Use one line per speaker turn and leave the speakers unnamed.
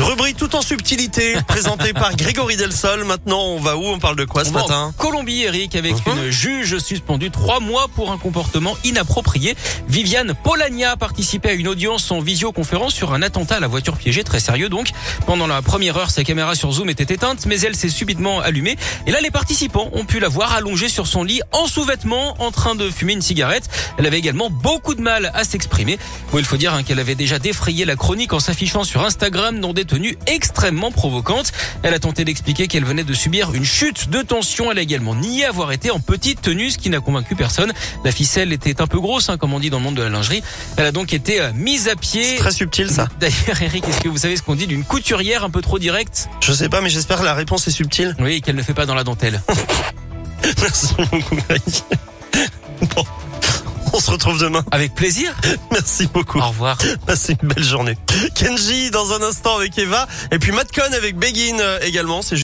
Rubrique tout en subtilité, présentée par Grégory Delsol. Maintenant, on va où On parle de quoi ce
On va en
matin
Colombie, Eric, avec
Mhm.
une juge suspendue trois mois pour un comportement inapproprié. Viviane Polagna participait à une audience en visioconférence sur un attentat à la voiture piégée, très sérieux donc. Pendant la première heure, sa caméra sur Zoom était éteinte, mais elle s'est subitement allumée. Et là, les participants ont pu la voir allongée sur son lit en sous-vêtements, en train de fumer une cigarette. Elle avait également beaucoup de mal à s'exprimer. Bon, il faut dire hein, qu'elle avait déjà défrayé la chronique en s'affichant sur Instagram dans des tenues extrêmement provocantes. Elle a tenté d'expliquer qu'elle venait de subir une chute de tension. Elle a également nié avoir été en petite tenue, ce qui n'a convaincu personne. La ficelle était un peu grosse, hein, comme on dit dans le monde de la lingerie. Elle a donc été euh, mise à
C'est
pied.
très subtil ça.
D'ailleurs, Eric, est-ce que vous savez ce qu'on dit d'une couturière un peu trop directe
Je sais pas, mais j'espère que la réponse est subtile.
Oui, et qu'elle ne fait pas dans la dentelle.
Merci beaucoup, Greg. Bon, on se retrouve demain.
Avec plaisir.
Merci beaucoup.
Au revoir.
Passez une belle journée. Kenji dans un instant avec Eva. Et puis Matcon avec Begin euh, également. C'est